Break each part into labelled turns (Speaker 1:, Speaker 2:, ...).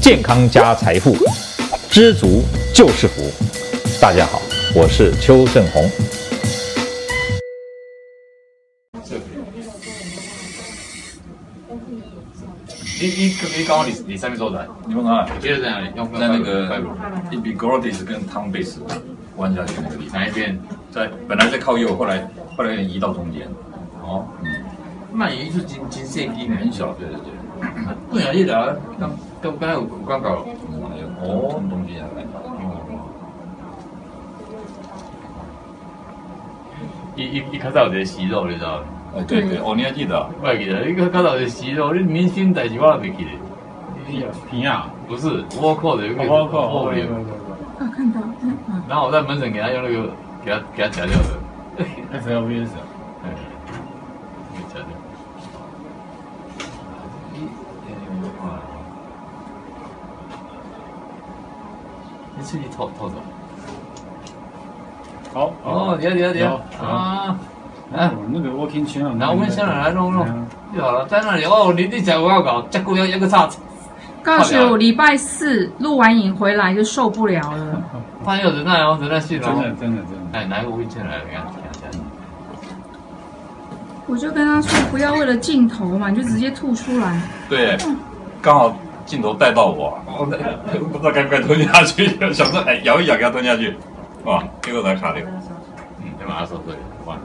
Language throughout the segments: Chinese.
Speaker 1: 健康加财富，知足就是福。大家好，我是邱正红。
Speaker 2: 你你可你刚刚你你上面说的，
Speaker 3: 你们看，
Speaker 2: 你觉得在哪里？用
Speaker 3: 在那个 i b i g o r d i s 跟 Tom Bass 弯下去那个地方，
Speaker 2: 哪一边？
Speaker 3: 在本来在靠右，后来后来移到中间。
Speaker 2: 哦，那也就是金金线金很小，对对对。不然一聊，刚刚刚有嗯哦广告，
Speaker 3: 哦，从中间下来。
Speaker 2: 一一一较早有一个息肉，你知道吗？
Speaker 3: 哎，对
Speaker 4: 嗯
Speaker 3: 对，哦，你还记得啊？
Speaker 2: 我也记得，一较早有一个息肉，你明星代志我也袂记得。
Speaker 5: 皮啊，
Speaker 2: 不是倭寇的，有一个
Speaker 5: 包括
Speaker 2: 后
Speaker 5: 后
Speaker 2: 面
Speaker 5: 面，
Speaker 4: 啊，看到，嗯，
Speaker 2: 然后我在门诊给他用那个，给他给他夹掉的，
Speaker 5: S L V S，
Speaker 2: 嗯给夹掉。你是你哎套套走。
Speaker 5: 好
Speaker 2: 哦，你要你要你要
Speaker 5: 有
Speaker 2: 啊！
Speaker 5: 哎
Speaker 2: 啊，，
Speaker 5: 我那个 Walking c h a n
Speaker 2: 拿我们香港来弄弄就好了，在那里哦，你你讲我要搞，再给我要一个叉子。
Speaker 4: 告诉我礼拜四录完影回来就受不了了。
Speaker 2: 他有忍耐哦，忍耐性
Speaker 5: 真的
Speaker 2: 哦。
Speaker 5: 真的真的，
Speaker 2: 哎，拿一个微信来，你看，看一下。
Speaker 4: 我就跟他说，不要为了镜头嘛，你就直接吐出来。
Speaker 3: 对，刚好镜头带到我，我不知道该不该吞下去， 想说哎咬一咬给它吞下去，哇，结果才卡掉。
Speaker 2: 嗯，你把它收回来，完。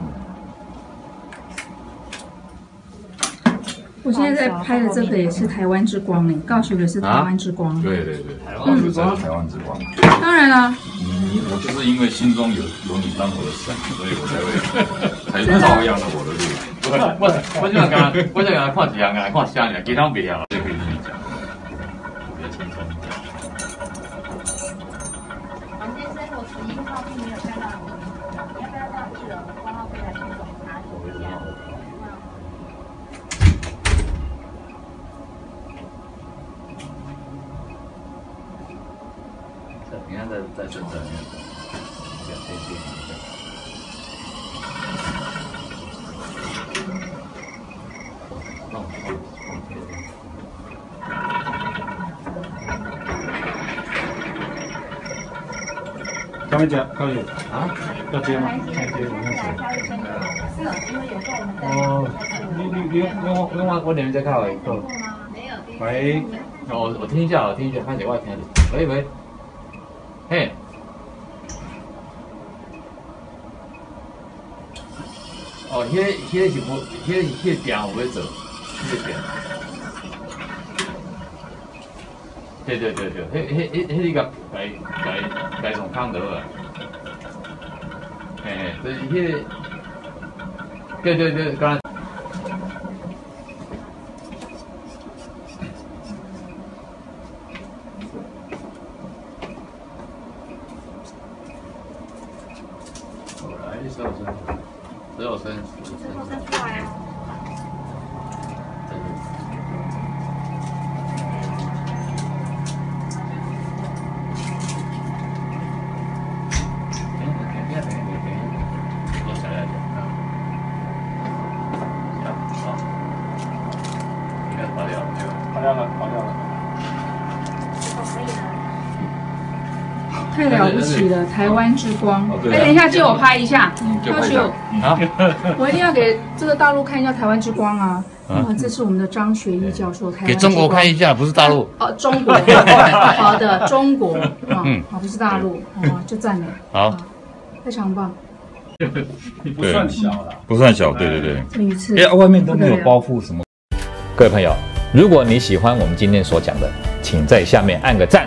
Speaker 4: 我现在在拍的这个也是台湾之光哎，告诉我也是台湾之光。
Speaker 3: 对对对，
Speaker 2: 台湾之光
Speaker 3: 台湾之光。
Speaker 4: 当然啦，
Speaker 3: 你你我就是因为心中有有你当我的神，所以我 才会才照样了我的路。
Speaker 2: 我我我就想给他，我就给他看几样，给他看虾呢，其他别样了，就可以自己讲，比较轻松一点。
Speaker 6: 房间生活十一号并没有看到你，要不要到一楼挂号柜来去走查询一下？
Speaker 2: 你看，再再正正一下，比较贴近一点。
Speaker 5: 刚才讲高姐
Speaker 2: 啊，
Speaker 5: 要接吗？要接我要接。哦，
Speaker 2: 你你你我我我两边在看我一个。
Speaker 5: 喂，
Speaker 2: 我我听一下，我听一下，看谁外听的。喂喂，嘿，哦，迄个迄个是无，迄个是迄个店有在做，迄个店。对对对对，迄迄迄迄个改改改从康德啊。嘿嘿，就是迄个。对对对，刚才。来，十二升，十二升，十二升。
Speaker 5: 跑掉了跑掉了，
Speaker 4: 太了不起了，台湾之光
Speaker 3: 哦。对啊
Speaker 4: 哎，等一下借我拍一下，
Speaker 3: 嗯，就
Speaker 4: 要
Speaker 3: 拍
Speaker 4: 借
Speaker 3: 照
Speaker 4: 我，。 我一定要给这个大陆看一下台湾之光啊！啊，这是我们的张学义教授，台湾之光
Speaker 2: 一下，不是大陆。
Speaker 4: 哦，中国，好的，中国啊
Speaker 2: 嗯，
Speaker 4: 好，不是大陆啊，就赞了，
Speaker 2: 好，
Speaker 4: 非常棒，
Speaker 5: 你不算小了，
Speaker 3: 不算小，对对对。
Speaker 4: 屡次。
Speaker 1: 哎，外面都没有包覆什么。各位朋友，如果你喜欢我们今天所讲的，请在下面按个赞。